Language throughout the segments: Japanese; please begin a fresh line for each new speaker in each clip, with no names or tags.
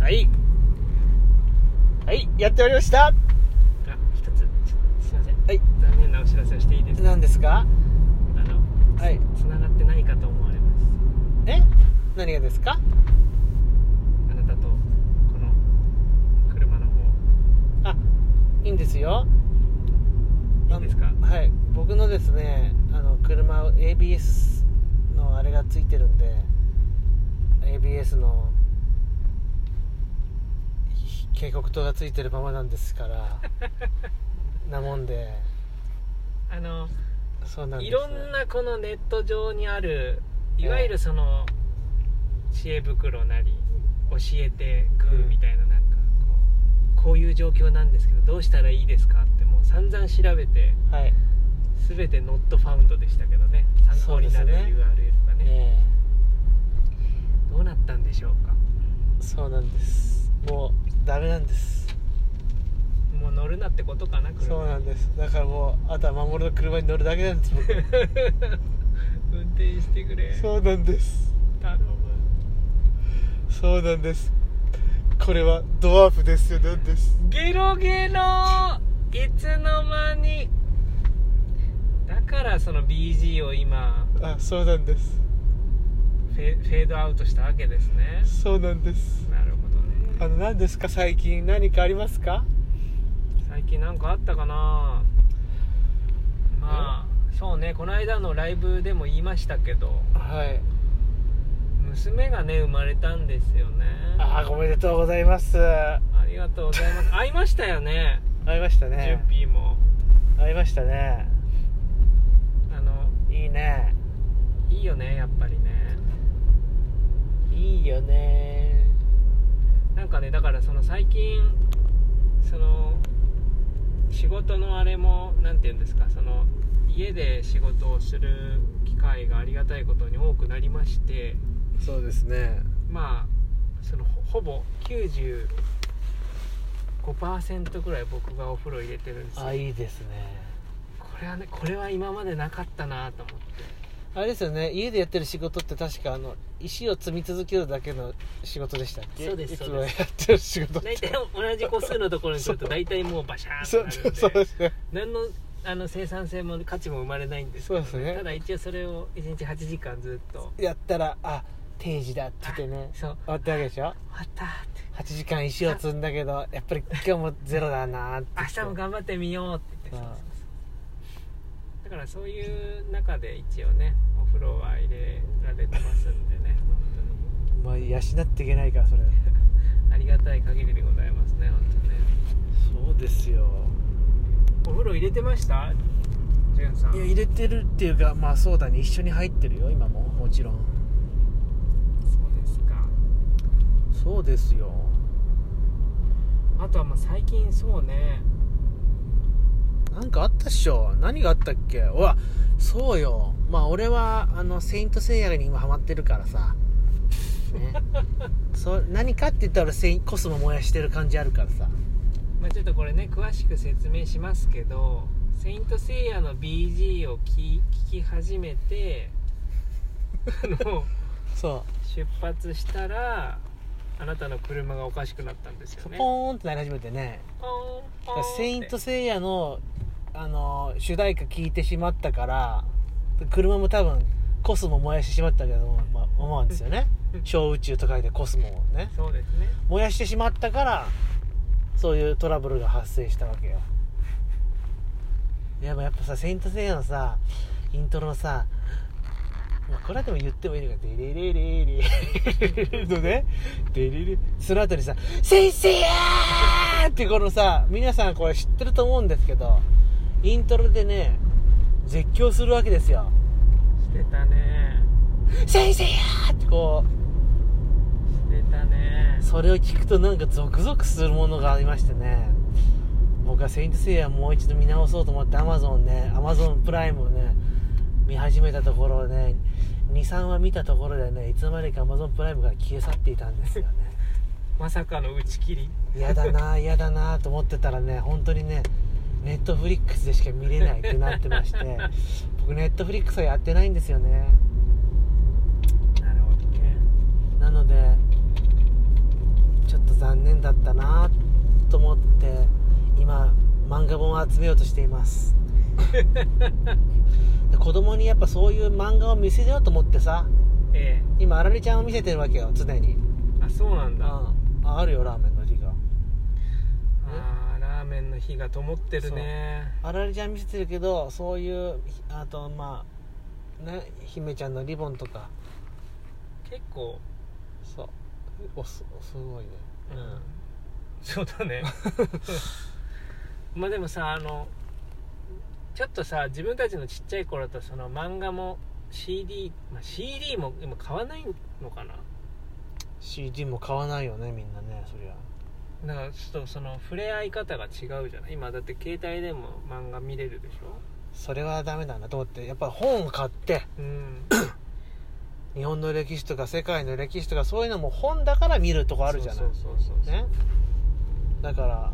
はいはいやっておりました
あ一つちょっとすいません、
はい
残念なお知らせをしていいですか
何ですか
あの
はい
つながってないかと思われます
え何がですか
あなたとこの車の方
あいいんですよ
いいですか
あのはい僕のですねあの車を ABS のあれがついてるんで ABS のひ警告灯がついてるままなんですから なもんで
あの
そうなんです
いろんなこのネット上にあるいわゆるその、知恵袋なり教えてグーみたいななんかこうこういう状況なんですけどどうしたらいいですかってもう散々調べて
はい
全てノットファウンドでしたけどね参考になる
そうですね
URL がね
え
どうなったんでしょうか
えそうなんですもうダメなんです
もう乗るなってことかな車
そうなんですだからもうあとは守るの車に乗るだけなん です僕
運転してくれ
そうなんです
頼む
そうなんですこれはドワーフですよなんです
ゲロゲロいつの間にだからその BG を今
あそうなんです
フェフェードアウトしたわけですね
そうなんです
なるほど
あ
ね
の何ですか最近何かありますか
最近なんかあったかなまあそうねこの間のライブでも言いましたけど
はい
娘がね生まれたんですよね
あーおめでとうございます
ありがとうございます会いましたよね
会いました
ジ
ね
ュンピーも
会いましたね
あの
いいね
いいよねやっぱりね
いいよね
なんかねだからその最近その仕事のあれも何て言うんですかその家で仕事をする機会がありがたいことに多くなりまして
そうですね
まあそのほほぼ95%ぐらい僕がお風呂入れてるんですよ
あいいですね
これはねこれは今までなかったなと思って
あれですよね家でやってる仕事って確かあの石を積み続けるだけの仕事でしたっけ
そうです
いつ
そう
もや
で
っ
す
てる仕事って
大体同じ個数のところにすると大体もうバシャー
そ
ン
う
ってなるんで
そうですね
何のあの生産性も価値も生まれないんですけど、
そうですね
ただ一応それを1日8時間ずっと
やったらあ定時だって言ってね
そう
終わったわけでしょ
終わったって
8時間石を積んだけどやっぱり今日もゼロだなーって
明日も頑張ってみようって言
あ
ってそう
あ
そうそうだからそういう中で一応ねお風呂は入れられてますんでね
ま
本
あ養っていけないからそれ
当にありがたい限りでございますね本当ね
そうですよ
お風呂入れてましたジュンさん
いや入れてるっていうかまあそうだね一緒に入ってるよ今ももちろん
そうですか
そうですよ
あとはまあ最近そうね
なんかあったっしょ何があったっけうわそうよまあ俺はあの「セイント・セイヤ」に今ハマってるからさ、ね、 そ何かって言ったら俺セインコスモ燃やしてる感じあるからさ
まあ、ちょっとこれね詳しく説明しますけど「セイント・セイヤ」の BG を聞聞き始めてあの
そ
出発したらあなたの車がおかしくなったんですよ
う
ね
ポーンってなり始めてね
ポー
だ
ンポ
か
ーン
ら
って
セイント・セイヤの」あの主題歌聞いてしまったから車も多分コスモ燃やしてしまったけど、まあ、思うんですよ ね小宇宙と書いてコスモをね
そうですね
燃やしてしまったからそういうトラブルが発生したわけよいやまあやっぱさ「セイント・セイヤ」のさイントロのさまあこれはでも言ってもいいのか「デレレレレ」のね「デレレ」その後にさ「セイセイヤー!」ってこのさ皆さんこれ知ってると思うんですけどイントロでね絶叫するわけですよ
してたね
「セイセイヤー!」ってこう
してたね
それを聞くとなんかゾクゾクするものがありましてね僕は「セイント・セイヤ」もう一度見直そうと思って Amazon ね Amazon プライムをね見始めたところね23話見たところでねいつの間にか Amazon プライムから消え去っていたんですよね
まさかの打ち切り
嫌だな嫌だなと思ってたらね本当にねネットフリックスでしか見れないってなってまして僕ネットフリックスはやってないんですよね
なるほどね
なのでちょっとと残念だったなと思って今漫画本を集めようとしています で子供にやっぱそういう漫画を見せようと思ってさ
え
今あられちゃんを見せてるわけよ常に
えあそうなんだあ
うんああるよラーメンの日が
ーラーメンの火が灯ってるね
あられちゃん見せてるけどそういうあとまあね姫ちゃんのリボンとか
結構
そうおすすごいね
うんそうだね まあでもさあのちょっとさ自分たちのちっちゃい頃とその漫画も CD、まあ、CD も今買わないのかな
CD も買わないよねみんなねそりゃ
だからちょっとその触れ合い方が違うじゃない今だって携帯でも漫画見れるでしょ
それはダメだなと思ってやっぱ本を買って
うん
日本の歴史とか世界の歴史とかそういうのも本だから見るとこあるじゃない
そうそうそうそう、
ねだから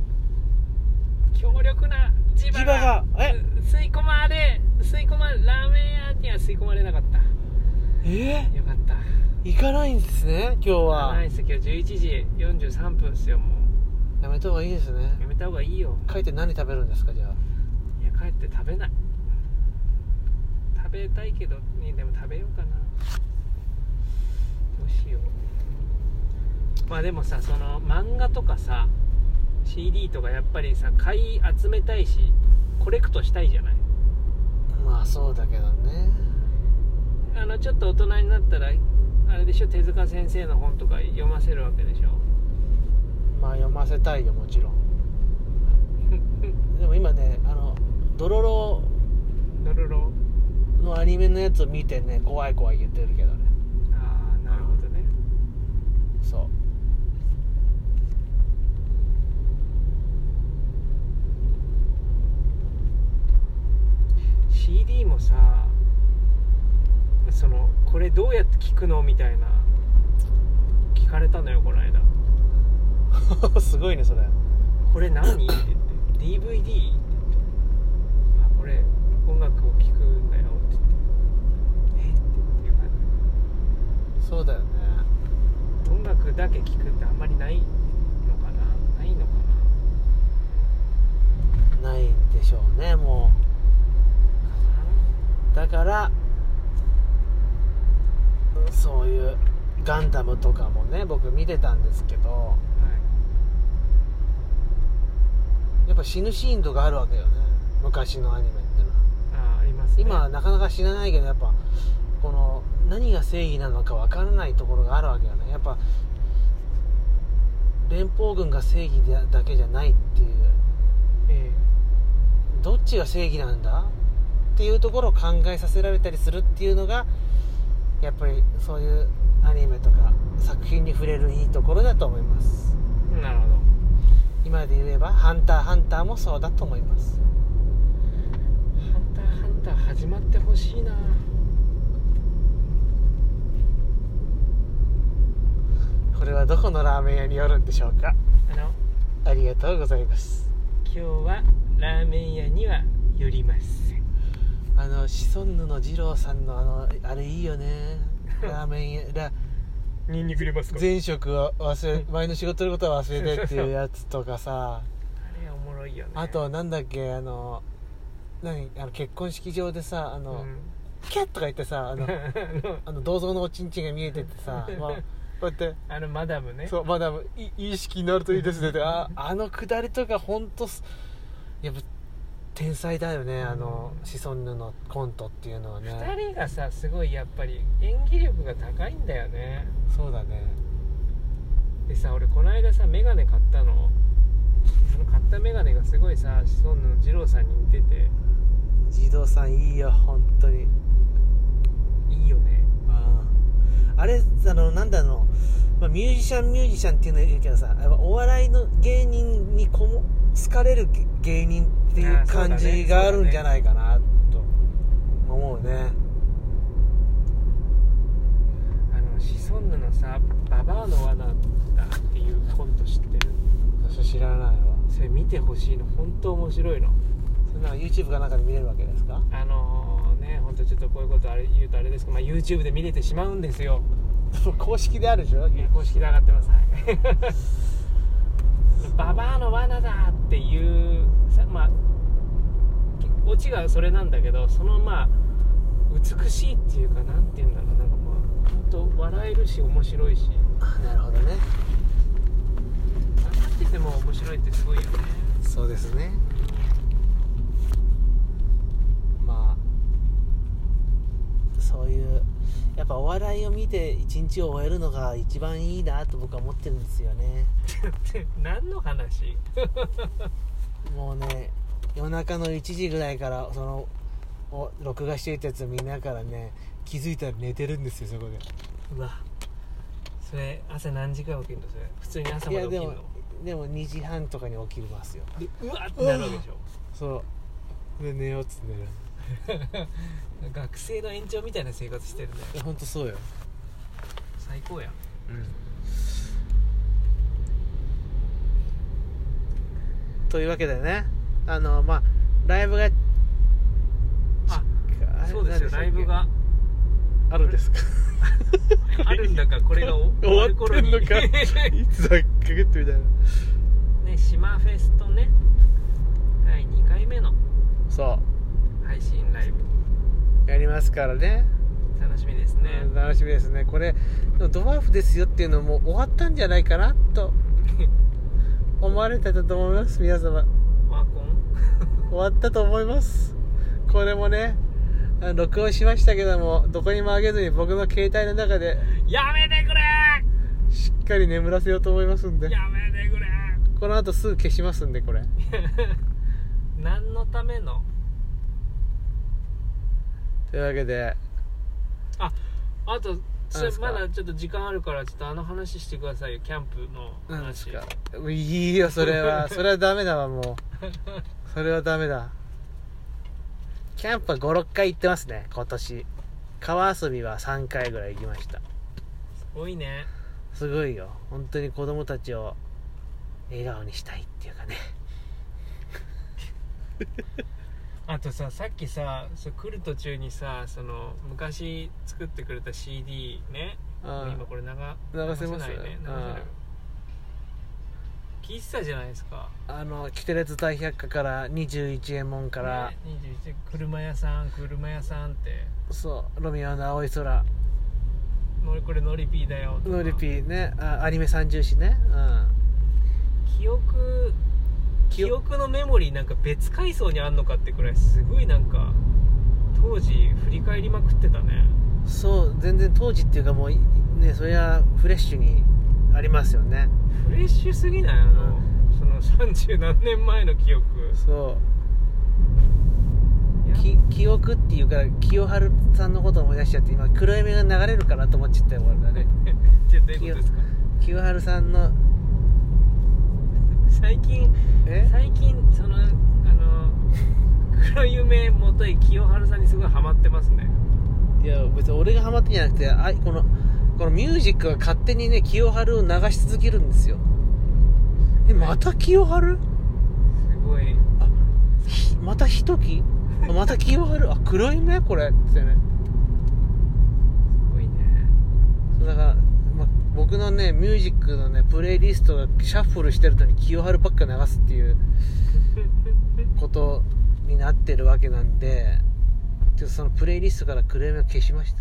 強力な磁場
磁
が
場がえ
う吸い込まれ吸い込まれラーメン屋には吸い込まれなかった
え
よかった
行かないんですね今日は
ないですよ今日11時43分ですよも
やめた方がいいですね
うやめた方がいいよ
書いて何食べるんですかじゃあ
いや帰って食べない食べたいけどにでも食べようかなどうしようまあでもさその漫画とかさ CD とかやっぱりさ買い集めたいしコレクトしたいじゃない
まあそうだけどね
あのちょっと大人になったらあれでしょ手塚先生の本とか読ませるわけでしょ
まあ読ませたいよもちろんでも今ねあのドロロ
ドロロ
のアニメのやつを見てね怖い怖い言ってるけどね
ああなるほどね
そう
うん CD もさそのこれどうやって聞くのみたいな聞かれたのよこの間
すごいねそれ
「これ何?」って言って「DVD?」って言って「あこれ音楽を聴くんだよ」って言って「えっ?」ていう感
そうだよね
じ音楽だけ聴くってあんまりないのかなないのか
ないんでしょうねも
な
うだ
かな
からうんそういうガンダムとかもね僕見てたんですけど
は
やっぱ死ぬシーンとかあるわけよね昔のアニメってのはい
あーありますね
今はなかなか死なないけどやっぱこの何が正義なのかわからないところがあるわけよねやっぱ連邦軍が正義だだけじゃないっていう
え
どっちが正義なんだっていうところを考えさせられたりするっていうのがやっぱりそういうアニメとか作品に触れるいいところだと思います
えなるほど
今で言えば「ハンターハンター」もそうだと思います
ハンターハンター始まってほしいな
これはどこのラーメン屋によるんでしょうか
あの
ありがとうございます
今日はラーメン屋には寄りません
あのシソンヌの二郎さんのあのあれいいよねラーメン屋ラ
ニンニク入れます
前職は忘れ前の仕事のことは忘れてっていうやつとかさ
あれおもろいよね
あとなんだっけあの何あの結婚式場でさあ
う
の、
ん
キャッとか言ってさあ のあの銅像のおちんちんが見えててさ、まあ、こうやって
あのマダムね
そうマダムいいいい式になるといいですねってああのくだりとか本当やっぱ天才だよねあの
うん
シソンヌのコントっていうのは
2
ね
人がさすごいやっぱり演技力が高いんだよね
そうだね
でさ俺この間さメガネ買ったのその買ったメガネがすごいさシソンヌの二郎さんに似てて
児童さんいいよ本当に
いいよね
あれあのなんだろう、まあ、ミュージシャンミュージシャンっていうのいるけどさやっぱお笑いの芸人にこも好かれる芸芸人ってい
あ
う
ーそうだね
感じがあるんじゃないかなと思うね
あのシソンヌのさ「ババアの罠だ」っていうコント知ってる
それ知らないわ
それ見てほしいの本当面白いの
それなんか YouTube かなんかで見れるわけです か
あのー、ね本当ちょっとこういうことあれ言うとあれですけど、まあ、YouTube で見れてしまうんですよ
公式であるでしょ
公式で上がってますはい ババアの罠だっていうさまあオチがそれなんだけどそのまあ美しいっていうかなんて言うんだろうなんかまあ本当笑えるし面白いし
あなるほどね
何てても面白いってすごいよね
そうですねまあそういうやっぱお笑いを見て一日を終えるのが一番いいなと僕は思ってるんですよね
で何の話
もうね夜中の1時ぐらいからそのお録画していたやつを見ながらね気づいたら寝てるんですよそこ
うわそれ朝何時くらい起きるのそれ普通に朝
でい
まで
や
起き
で
る
も
の
でも2時半とかに起きますよ
でうわってなるわけでしょ
そうで寝ようっつって寝る
学生の延長みたいな生活してるね
いやほんとそうよ
最高やん
というわけでねあのまあライブが
あ
あれ
そうです
何し
よ
たっ
ラ
け
イブが
あるんですか
あるんだからこれがお終わる頃 に
終わってんのかいつだっけってみたいな
ね島フェストね第2回目の
そ
配信ライブ
うやりますからね
楽しみですね
うん楽しみですねこれでもドワーフですよっていうのも終わったんじゃないかな と思われてたと思います皆様
ワーコン
終わったと思いますこれもねあの録音しましたけどもどこにもあげずに僕の携帯の中で
やめてくれ
しっかり眠らせようと思いますんで
やめてくれ
この後すぐ消しますんでこれ
何のための
というわけで
ああとそ
なん
れ
ですか
まだちょっと時間あるからちょっとあの話してくださいよキャンプの
なんです
話
かいいよそれ はそれはダメだわもうそれはダメだキャンプは56回行ってますね今年川遊びは3回ぐらい行きました
すごいね
すごいよ本当に子供たちを笑顔にしたいっていうかね
あとささっきさそう来る途中にさその昔作ってくれた CD ねもう今これ流
流せます
ないね流せない
うん
聞いてたじゃないですか
あのキテレツ大百科から21円門から、
ね、21車屋さん車屋さんって
そう「ロミオの青い空
のりこれノリピーだよ」とか
ノリピーねあアニメ三重視ねう
記憶
記
記
憶
憶のメモリーなんか別階層にあんのかってくらいすごいなんか当時振り返りまくってたね
んそう全然当時っていうかもういねそりゃフレッシュにありますよね
フレッシュすぎないあの、その30何年前の記憶
そ
いうや
き記憶っていうから清春さんのことを思い出しちゃって今黒い目が流れるかなと思っちゃったよ俺はね
じゃあどういうことですか
清春さんの
最近
え
最近そのあの黒夢元井清春さんにすごいハマってますね
いや別に俺がハマってんじゃなくてあいこのこのミュージックが勝手にね清春を流し続けるんですよえまた清春
すごい
ひまたひときあまた清春あ黒い目これってね
すごいね
そうだから、ま、僕のねミュージックのねプレイリストがシャッフルしてるのに清春ばっか流すっていうことになってるわけなんでちょっとそのプレイリストから黒い目を消しましたっ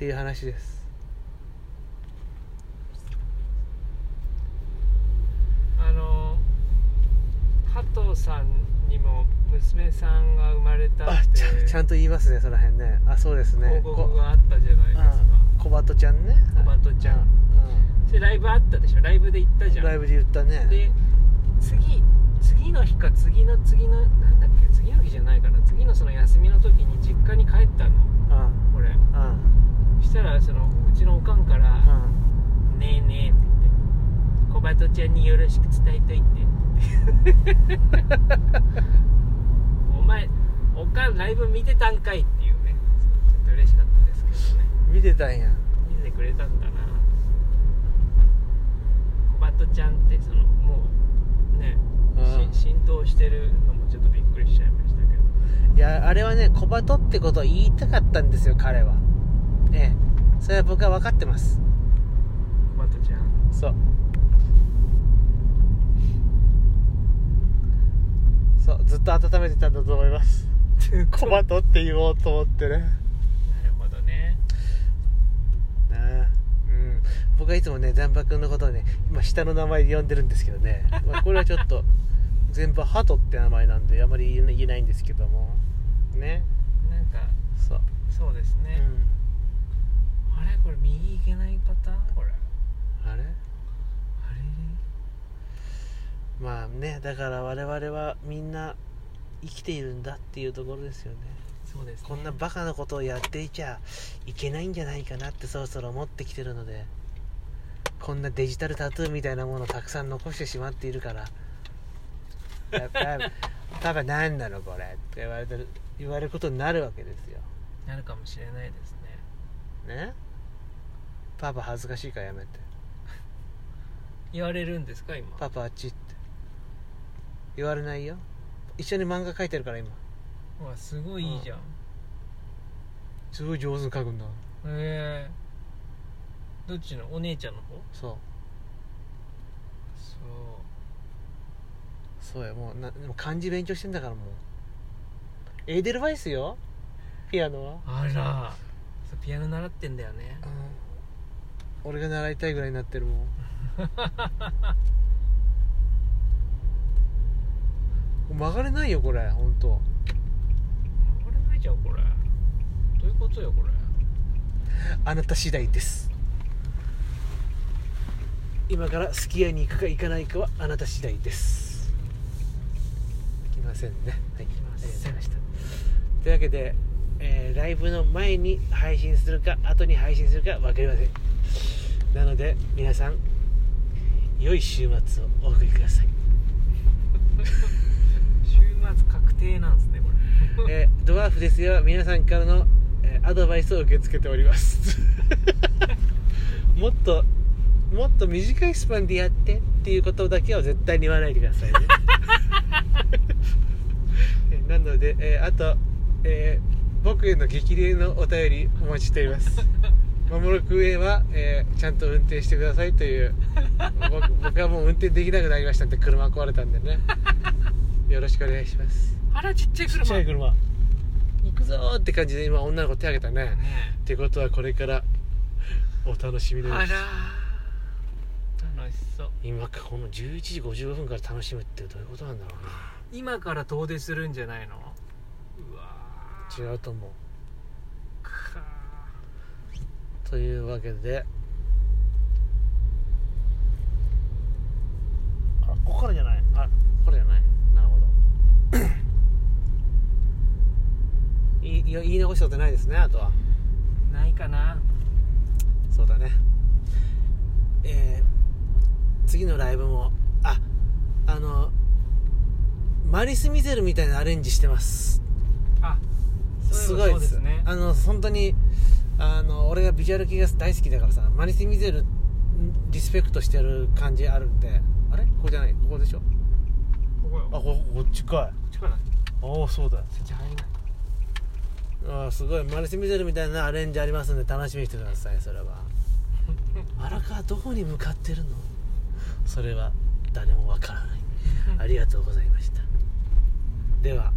ていう話です
あの加藤さんにも娘さんが生まれたっ
あ
て
ちゃんちゃんと言いますねその辺ねあそうですね
報告があったじゃないですか
こうん小鳩ちゃんね
小鳩ちゃん、それライブあったでしょライブで行った
うん
じゃん
ライブで言ったね
で次次の日か次の次のなんだっけ次の日じゃないかな次のその休みの時に実家に帰ったの
うん
俺
うん
したらそのうちのおかんから
う
「ねえねえ」って言って「小鳩ちゃんによろしく伝えといて」 お前おかんライブ見てたんかい」っていうねちょっと嬉しかったですけどね
ん見てたんや
見ててくれたんだな小鳩ちゃんってそのもうね、
うん
し浸透してるのもちょっとびっくりしちゃいましたけど
いやあれはね小鳩ってことを言いたかったんですよ彼はええそれは僕は分かってます
小鳩
そうそうずっと温めてたんだと思います コバトって言おうと思ってね
なるほどね
なあうん僕はいつもねザンバ君のことをね今下の名前で呼んでるんですけどね、まあ、これはちょっと 全部ハトって名前なんであまり言えない言えないんですけどもね
なんか
そう、
そうですね、あれこれ右行けないパターンこれあ
うんあれ
れ
まあねだから我々はみんな生きているんだっていうところですよね
そうですね
こんなバカなことをやっていちゃいけないんじゃないかなってそろそろ思ってきてるのでこんなデジタルタトゥーみたいなものをたくさん残してしまっているから「やっぱ パパ何なのこれ」って言われてる言われることになるわけですよ
なるかもしれないですね
ねパパ恥ずかしいからやめて
言われるんですか今
パパあっちって言われないよ一緒に漫画描いてるから今
うわすごいいいじゃん
すごい上手に描くんだ
へえどっちのお姉ちゃんの方
そう
そ
そう
う
やもうなでも漢字勉強してんだからもうエーデルワイスよピアノは、
あらそうピアノ習ってんだよね
うん、俺が習いたいぐらいになってるもん曲がれないよこれ本当。
これないじゃんこれどういうことよこれ
あなた次第です今からスキヤに行くか行かないかはあなた次第です行きませんねはい行
きません
ましたというわけで、えーライブの前に配信するか後に配信するか分かりませんなので皆さん良い週末をお送りください、
週末確定なんですねこれ
えードワーフですよ皆さんからの、えーアドバイスを受け付けております もっともっと短いスパンでやってっていうことだけは絶対に言わないでくださいねえーなので、えーあと、えー僕への激励のお便りお待ちしております守る君へは、えーちゃんと運転してくださいという僕僕はもう運転できなくなりましたんで車壊れたんでねよろしくお願いします
あらちっちゃい車
ちっちゃい車行くぞーって感じで今女の子手挙げたね
ね
ってことはこれからお楽しみです
あら楽しそう
今かこの11時55分から楽しむってどういうことなんだろ
今から遠出するんじゃないのうわ
うな違うと思
か
うというわけであここからじゃないあここからじゃないなるほど いい言い残したことないですねあとは
ないかな
そうだねえー次のライブもああのマリス・ミゼルみたいなアレンジしてます
あ
す
そう
ご
いえば
い
そ
で
うですすね
あの本当にあの俺がビジュアル系が大好きだからさマリス・ミゼルんリスペクトしてる感じあるんであれここじゃないここでしょ
ここよこ
ここっちかい
っちかな
ああそうだ
スイッチ入れない
ああすごいマリス・ミゼルみたいなアレンジありますんで楽しみにしてくださいそれは荒川どこに向かってるのそれは誰もわからないありがとうございましたでは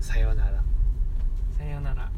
さようなら
さようなら